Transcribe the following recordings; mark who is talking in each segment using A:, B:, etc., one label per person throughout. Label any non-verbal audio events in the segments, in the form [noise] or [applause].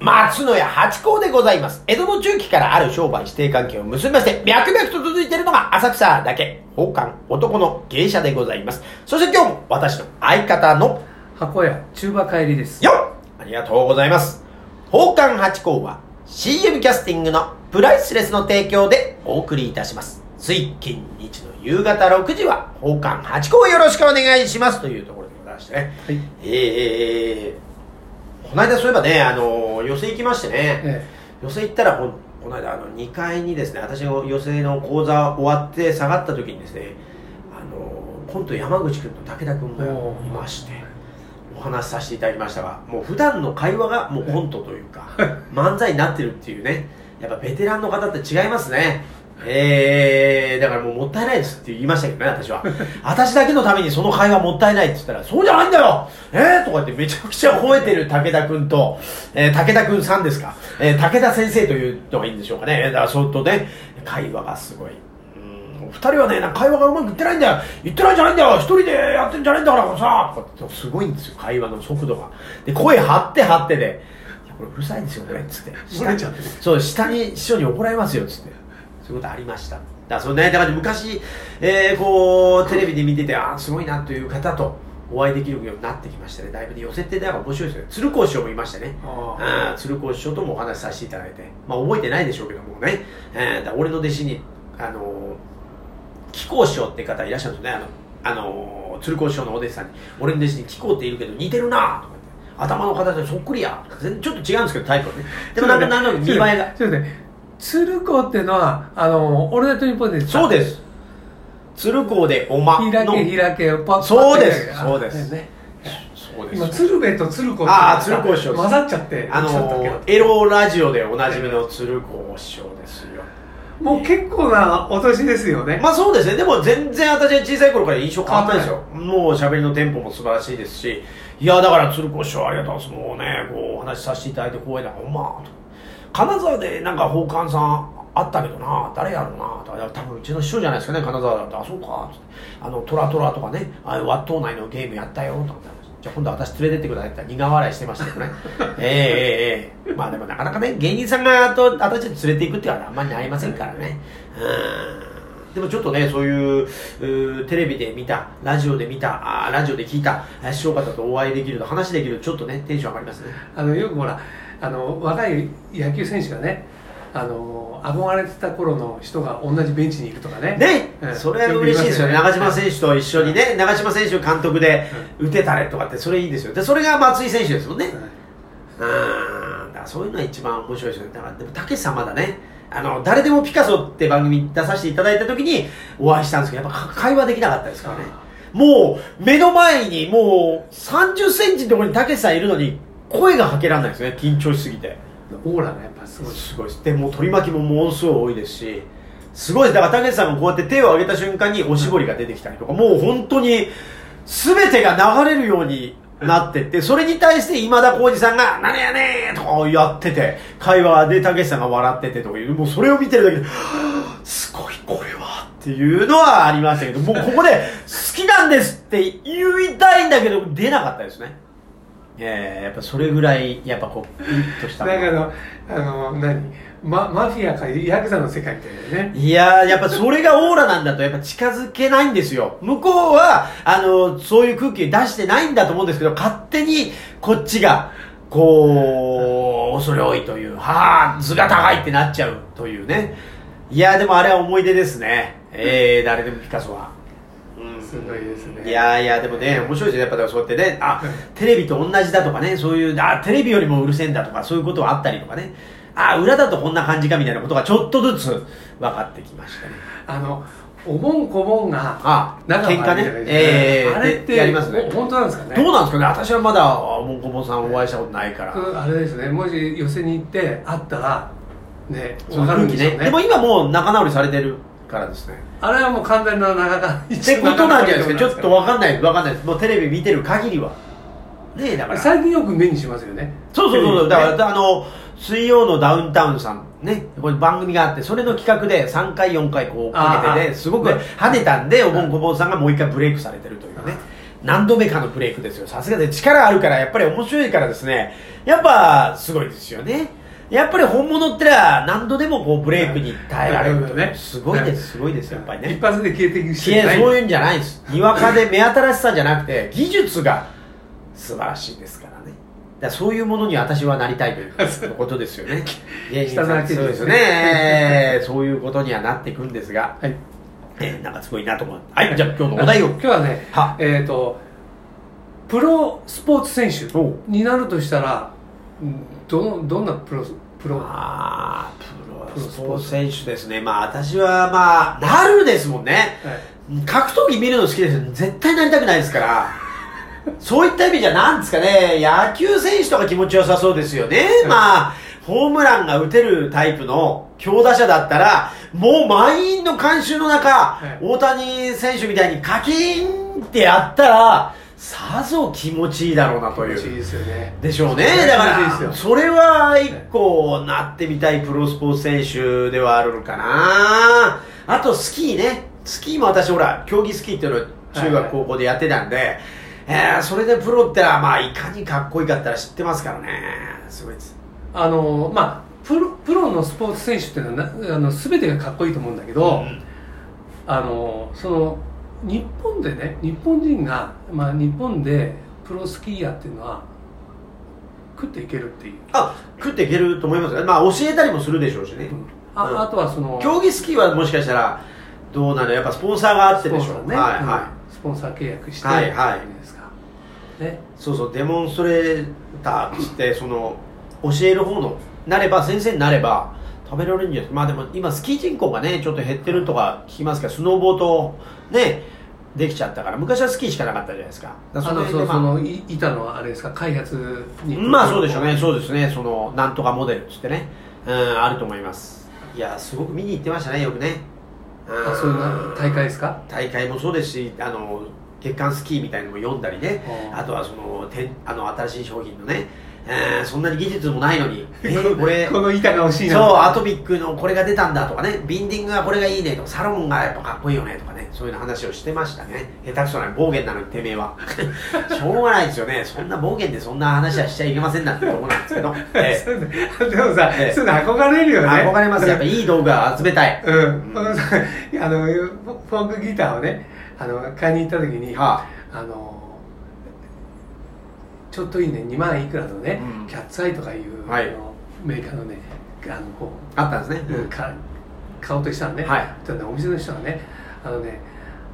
A: 松野屋八甲でございます。江戸の中期からある商売指定関係を結びまして、脈々と続いているのが浅草だけ、宝冠男の芸者でございます。そして今日も私の相方の
B: 箱屋中馬帰りです
A: よっありがとうございます。宝冠八甲は CM キャスティングのプライスレスの提供でお送りいたします。水金日の夕方6時は宝冠八甲をよろしくお願いしますというところでございましてね。
B: はい
A: えー、この間そういえばね、あの、寄席行きましてね、
B: え
A: 寄席行ったらこ、この間あの2階にですね、私の寄席の講座終わって下がった時にですね、あの、コント山口君と武田君がいまして、お話しさせていただきましたが、もう普段の会話がもうコントというか、漫才になってるっていうね、やっぱベテランの方って違いますね。えー、だからもうもったいないですって言いましたけどね、私は。私だけのためにその会話もったいないって言ったら、そうじゃないんだよえーとか言ってめちゃくちゃ吠えてる武田くんと、えー、武田くんさんですか、えー、武田先生というのがいいんでしょうかね。だから相当ね、会話がすごい。うんお二人はね、なんか会話がうまくいってないんだよいってないんじゃないんだよ一人でやってんじゃないんだからさとかってすごいんですよ、会話の速度が。で、声張って張ってで、いやこれうるさいんですよね、つって。
B: 漏れちゃってる
A: そう、下に、師匠に怒られますよ、つって。そういうことありました。だからそうね、だから昔、えーこう、テレビで見てて、ああ、すごいなという方とお会いできるようになってきましたね。だいぶね、寄せってなんか面白いですよね。鶴光師匠もいましたね。
B: あ
A: うん鶴光師匠ともお話しさせていただいて、まあ、覚えてないでしょうけどもね、えーだ俺の弟子に、あのー、貴公師匠って方いらっしゃるんですよね、あの、あのー鶴光師匠のお弟子さんに、俺の弟子に貴公っているけど似てるなぁとか言って、頭の形がそっくりや、全然ちょっと違うんですけど、タイプはね。でもなんか、なんか見栄えが。
B: ちょっとね鶴子っていうのはあの俺のトニッポンで
A: そう
B: す
A: です。鶴光でおまの。
B: 開け開けパッパッ
A: そうです
B: 開け
A: そうです
B: ね
A: そうです
B: 今鶴瓶と鶴子
A: あー鶴子師匠です
B: 混ざっちゃって
A: あ
B: ちょっと
A: の
B: だ
A: ー
B: け
A: エロラジオでおなじみの鶴光師匠ですよ。
B: もう結構なお年ですよね
A: まあそうですね、でも全然私は小さい頃から印象変わってないですよ。もう喋りのテンポも素晴らしいですし、いや、だから鶴子師匠ありがとうございます。もうね、こうお話しさせていただいて光栄だから、ほんまと。金沢でなんか宝冠さんあったけどな、誰やろうな、とか、多分うちの師匠じゃないですかね、金沢だって、あ、そうか、つってあの、トラトラとかね、ああいうワット内のゲームやったよ、とか。じゃあ今度私連れてってくださいって言ったら苦笑いしてましたけどね。ええええええまあでもなかなかね、芸人さんがと私たち連れていくっていうのはあんまりありませんからね。うん。でもちょっとね、そういううー、テレビで見た、ラジオで見た、あーラジオで聞いた、あー師匠方とお会いできると、話できると、ちょっとね、テンション上がりますね。
B: あのよくほらあの若い野球選手がねあの憧れてた頃の人が同じベンチにいるとかね
A: ね、
B: うん
A: それは嬉しいですよね、
B: よく
A: 長
B: 言い
A: 嶋
B: ますよね
A: 選手と一緒にね、長嶋選手監督で打てたれとかって、それいいですよ、でそれが松井選手ですもんね、うん、だからそういうのが一番面白いですよね、だからでも、たけしさんまだね、あの誰でもピカソって番組出させていただいたときにお会いしたんですけど、やっぱ会話できなかったですからね、もう目の前に、もう30センチのところにたけしさんいるのに、声がかけられないですね、緊張しすぎて。
B: オーラがやっぱすごい
A: すごいですでもう取り巻きもものすごい多いですしすごいですだから武さんもこうやって手を上げた瞬間におしぼりが出てきたりとかもう本当に全てが流れるようになってってそれに対して今田耕司さんが「何やねん!」とかやってて会話で武さんが笑っててとかいうもうそれを見てるだけではぁ「すごいこれは」っていうのはありましたけどもうここで「好きなんです」って言いたいんだけど出なかったですねええやっぱそれぐらいやっぱこうピリッとした
B: なんかあの、あの、何ママフィアかヤクザの世界みたいなね。
A: [laughs] いやー、やっぱそれがオーラなんだと、やっぱ近づけないんですよ。向こうは、あの、そういう空気出してないんだと思うんですけど、勝手にこっちが、こう、恐れ多いという、はあ、図が高いってなっちゃうというね。いやー、でもあれは思い出ですね。えー、誰でもピカソは。うん
B: すごいですね。
A: いやーいやでもね面白いですよやっぱだからそうやってねあテレビと同じだとかねそういうあテレビよりもうるせえんだとかそういうことはあったりとかねあ裏だとこんな感じかみたいなことがちょっとずつ分かってきましたね
B: あの、お盆こぼんが、
A: あ
B: 仲
A: 喧嘩
B: 悪い
A: ね
B: じゃない
A: え
B: ですか。
A: ー
B: あれって、
A: やりますね
B: ほ本当なんですかね。
A: どうなんですかね私はまだもんこもんさんお会いしたことないから、
B: あれですね、もし寄せに行って会ったら、ね、
A: その
B: わかるんでしょうね。
A: でも今もう仲直りされてるからですね
B: あれはもう完全な長か
A: ってことなんじゃないですかちょっと分かんない分かんないですもうテレビ見てる限りはねえだから
B: 最近よく目にしますよね。
A: そうそうそうそう、
B: テレビで
A: だ
B: ね
A: から、あの、水曜のダウンタウンさんね、これ番組があって、それの企画で3回4回こうかけて
B: あ
A: ね、
B: あ
A: すごく
B: ね
A: 跳ねたんで、おぼんこぼんさんがもう一回ブレイクされてるというね。何度目かのブレイクですよ。さすがで力あるから、やっぱり面白いからですね、やっぱすごいですよね。やっぱり本物ってのは何度でもこうブレイクに耐えられると
B: ね
A: すごいです、すごいです、やっぱりね。
B: 一発で消えていく
A: いやそうい
B: いう
A: うんじゃないんですにわかで目新しさじゃなくて技術が素晴らしいですからねだからそういうものに私はなりたいということですよね芸人さん
B: 下の秋
A: そうですねええそういうことにはなっていくんですが、
B: はい
A: ええなんかすごいなと思うはいじゃあ今日のお題を
B: 今日はね
A: は
B: えっ、とプロスポーツ選手
A: おう
B: になるとしたらうんどのどんなプロプロ
A: ああプロスポーツ選手ですねまあ私はまあなるですもんね
B: はい
A: 格闘技見るの好きですけど絶対なりたくないですからそういった意味じゃなんですかね野球選手とか気持ちよさそうですよね、
B: うん
A: まあホームランが打てるタイプの強打者だったらもう満員の観衆の中、
B: はい
A: 大谷選手みたいにカキーンってやったらさぞ気持ちいいだろうなと
B: 気
A: い
B: 持ちいいうですよね
A: でしょうね
B: 気持ちいい
A: だか
B: です
A: ら
B: よ
A: それは一個なってみたいプロスポーツ選手ではあるのかなあとスキーねスキーも私ほら競技スキーっていうのを中
B: はいは
A: 学
B: い
A: 高校でやってたんで、えーそれでプロってのはまあいかにかっこいいかったら知ってますからねすごいです
B: あのまあプロプロのスポーツ選手っていうのはなあの全てがかっこいいと思うんだけ
A: う
B: ど、
A: ん
B: あのその日本でね日本人が、まあ、日本でプロスキーヤーっていうのは食っていけるっていう、
A: あ食っていけると思いますよまあ教えたりもするでしょうしね、
B: あ
A: うん
B: あとはその
A: 競技スキーはもしかしたらどうなのやっぱスポンサーがあってで
B: スポン
A: し
B: サ
A: ょ
B: ー
A: う
B: ね、
A: はいはい、
B: うんスポンサー契約して
A: はいはい
B: じゃなですか、ね、
A: そうそうデモンストレーターっつってその教える方のなれば先生になれば食べられるんじゃないですかまあでも今スキー人口がねちょっと減ってるとか聞きますけどスノーボーとねできちゃったから昔はスキーしかなかったじゃないですかだか
B: あ
A: ら
B: の
A: そ
B: そ
A: の辺で
B: う
A: ま
B: そ
A: あ
B: のい板のあれですか開発に
A: まあそうでしょうねそうですねそのなんとかモデルっつってねうんあると思いますいやすごく見に行ってましたねよくね
B: あそういうな大会ですか
A: 大会もそうですしあの月刊スキーみたいのも読んだりね
B: あー
A: あとはそのてあの新しい商品のね、えーそんなに技術もないの [laughs] にえーこれ
B: この板が欲しいな
A: そうアトミックのこれが出たんだとかねビンディングがこれがいいねとかサロンがやっぱかっこいいよねとかねそういうの話をしてましたね下手くそな暴言なのにてめえは [laughs] しょうがないですよねそんな暴言でそんな話はしちゃいけませんなんてとこなんですけ [laughs] ど、え
B: [laughs] そうねでもさ、
A: ええ
B: そういうの憧れるよ
A: ー
B: ね
A: 憧れますやっぱいい道具は集めたい、
B: うん、あのフォークギターをねあの買いに行った時に、
A: は
B: あのちょっといいね2万いくらのね、
A: うん
B: キャッツアイとかいう、
A: はい
B: あのメーカーのねあのこ
A: あ、あったんです
B: う、
A: ね、うん
B: か買おうとしたのね、
A: はい
B: そしたらねお店の人がねあのね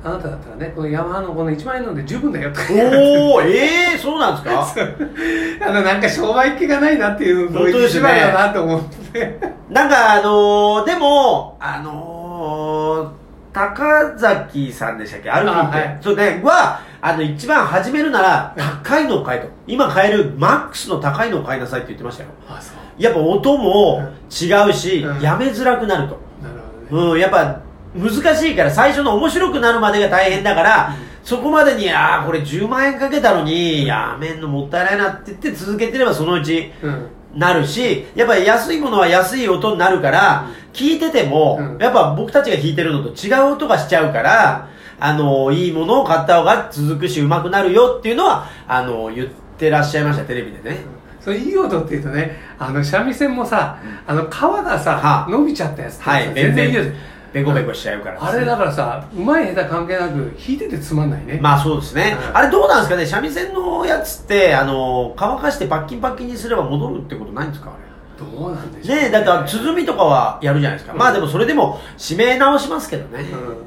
B: あなただったらねこのヤマハのこの1万円ので十分だよとか言われて
A: おおええー、そうなんですか
B: あのなんか商売っ気がないなっていう
A: 本当ですね
B: 一番だなと思って
A: なんかあのーでも、あのー高崎さんでしたっけある日って、
B: あはい
A: そうね、は、あの、一番始めるなら、高いのを買えと。今買えるマックスの高いのを買いなさいって言ってましたよ。
B: あそう
A: やっぱ音も違うし、
B: うん
A: やめづらくなると。
B: なるほどね、
A: うん、やっぱ難しいから、最初の面白くなるまでが大変だから、そこまでに、ああ、これ10万円かけたのに、やめんのもったいないなって言って続けてればそのうち、
B: うん
A: なるし、やっぱり安いものは安い音になるから、聞いてても、
B: うん
A: やっぱ僕たちが弾いてるのと違う音がしちゃうから、あの、いいものを買った方が続くし、上手くなるよっていうのは、あの、言ってらっしゃいました、テレビでね。
B: それいい音っていうとねあの三味線もさ、あの皮がさ、
A: はあ
B: 伸びちゃったやつってさ
A: はい、
B: 全然いいよ
A: べこべこしちゃうからですね
B: あれだからさうまい下手関係なく弾いててつまんないね、
A: まあそうですね、
B: うん
A: あれどうなんですかね、三味線のやつって、あの、乾かしてパッキンパッキンにすれば戻るってことないんですかあれ
B: どうなんでしょう
A: ねえ、だから、鼓とかはやるじゃないですか。まあでもそれでも、指名直しますけどね。
B: うん、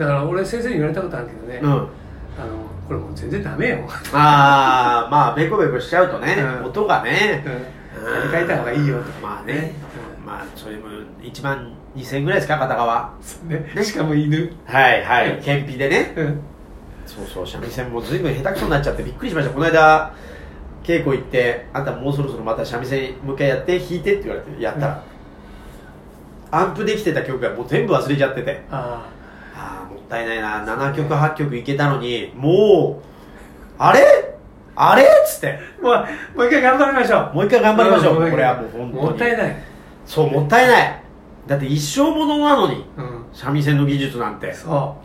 B: だから俺先生に言われたことあるけどね、
A: う
B: あの
A: ん
B: これもう全然ダメよ、
A: ああまあベコベコしちゃうとね、
B: うん
A: 音がね、
B: うんやり替えた方がいいよとか
A: まあね、まあそれも1万2000円ぐらいですか片側
B: うんねしかも犬、
A: はいはい検品でね
B: うん
A: そうそう三味線も随分下手くそになっちゃってびっくりしましたこの間稽古行ってあんたもうそろそろまた三味線もう一回やって弾いてって言われてやったら、アンプできてた曲がもう全部忘れちゃってて
B: あ
A: ああもったいないな7曲8曲いけたのにもうあれあれっつって
B: あもうもう一回頑張りましょう
A: もう一回頑張りましょう、
B: ん
A: これはもう本当に
B: もったいない、
A: そうもったいないだって一生ものなのに
B: うん、
A: 三味線の技術なんてそう
B: そ
A: なん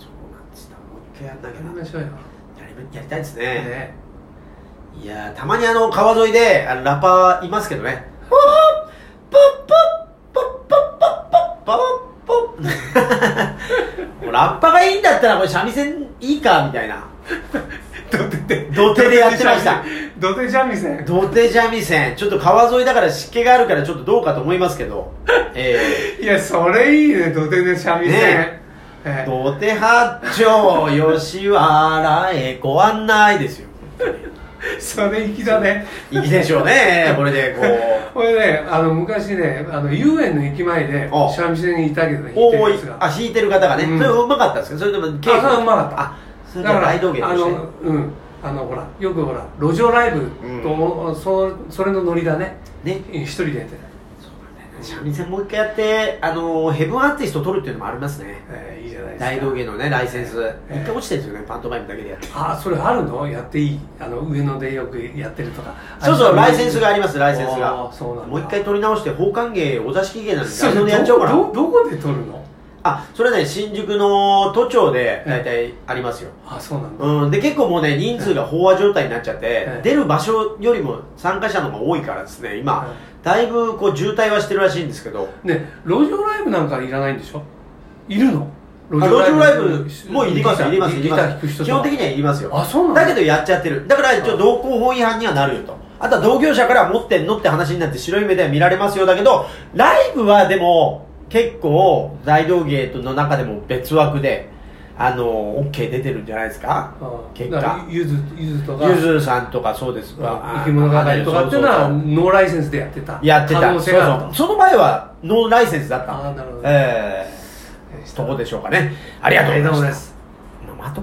A: つったもう一回やんな
B: う
A: きゃ
B: やり
A: な
B: ましょうよ
A: やりるやりたいですね
B: ね
A: いやーたまにあの川沿いであのラッパーいますけどねポッポッポッポッポッポッポッポッポッもうラッパがいいんだったらこれ三味線いいかみたいな
B: 土手で
A: 土手でやってました
B: 土手三味線
A: 土手三味線ちょっと川沿いだから湿気があるからちょっとどうかと思いますけどえ
B: いやそれいいね土手で三味
A: ね
B: 線、
A: え
B: ええ
A: 土手八丁吉原へご案内ですよ
B: それ粋だね
A: いいでしょう
B: [laughs]
A: ねこれでこう
B: これねあの昔ねあの遊園の駅前で
A: あ
B: 三味線にいたけどね弾いて
A: お
B: る
A: ー
B: やつが
A: あ弾いてる方がね、
B: うん
A: それうまかったんですかそれとも稽古
B: あそれはうまかった
A: あそれで大道芸と
B: あ
A: して
B: のうんあのほらよくほら路上ライブと、そそれのノリだね
A: ね
B: 一人でやってた、
A: 三味線もう一回やってあのヘブンアーティスト取るっていうのもありますね
B: ええいいじゃないですか
A: 大道芸のねライセンス
B: え
A: 一回落ちてるんですよねパントマイムだけでやって
B: あそれあるのやっていいあの上野でよくやってるとか
A: そうそうライセンスがあ
B: り
A: りますライセンスが
B: そうなんだ
A: もう一回取り直して宝冠芸お座敷芸なんで
B: そ
A: 大
B: れ
A: 道
B: ど
A: でやっちゃおうかな
B: どどこで撮るの
A: あそれはね新宿の都庁で大体ありますよ、
B: あそうなんだ、
A: うん、で結構もうね人数が飽和状態になっちゃって、
B: ええ
A: 出る場所よりも参加者の方が多いからですね今、
B: え
A: だいぶこう渋滞はしてるらしいんですけど
B: ね路上ライブなんかいらないんでしょいるの
A: 路上ライブもういりますよいりますよいり
B: ギタ
A: ま
B: ー弾く
A: す
B: 人
A: 基本的
B: に
A: にはいりますよ
B: あそうなん
A: だ
B: だ
A: けどやっちゃってるだから一応同行法違反にはなるよとあとは同業者から持ってんのって話になって白い目では見られますよだけどライブはでも結構大道芸の中でも別枠であの OK 出てるんじゃないですか
B: うん
A: 結
B: だから
A: 果
B: ゆずゆずとか
A: ゆずさんとかそうです
B: 生き物係とかっていうのはノーライセンスでやってた
A: やってた
B: 可能性がある
A: そう
B: と
A: そうその前はノーライセンスだった
B: あーなるほど
A: ええとこでしょうかねありがとうございま
B: ど
A: し
B: うもで
A: た
B: す
A: まあまと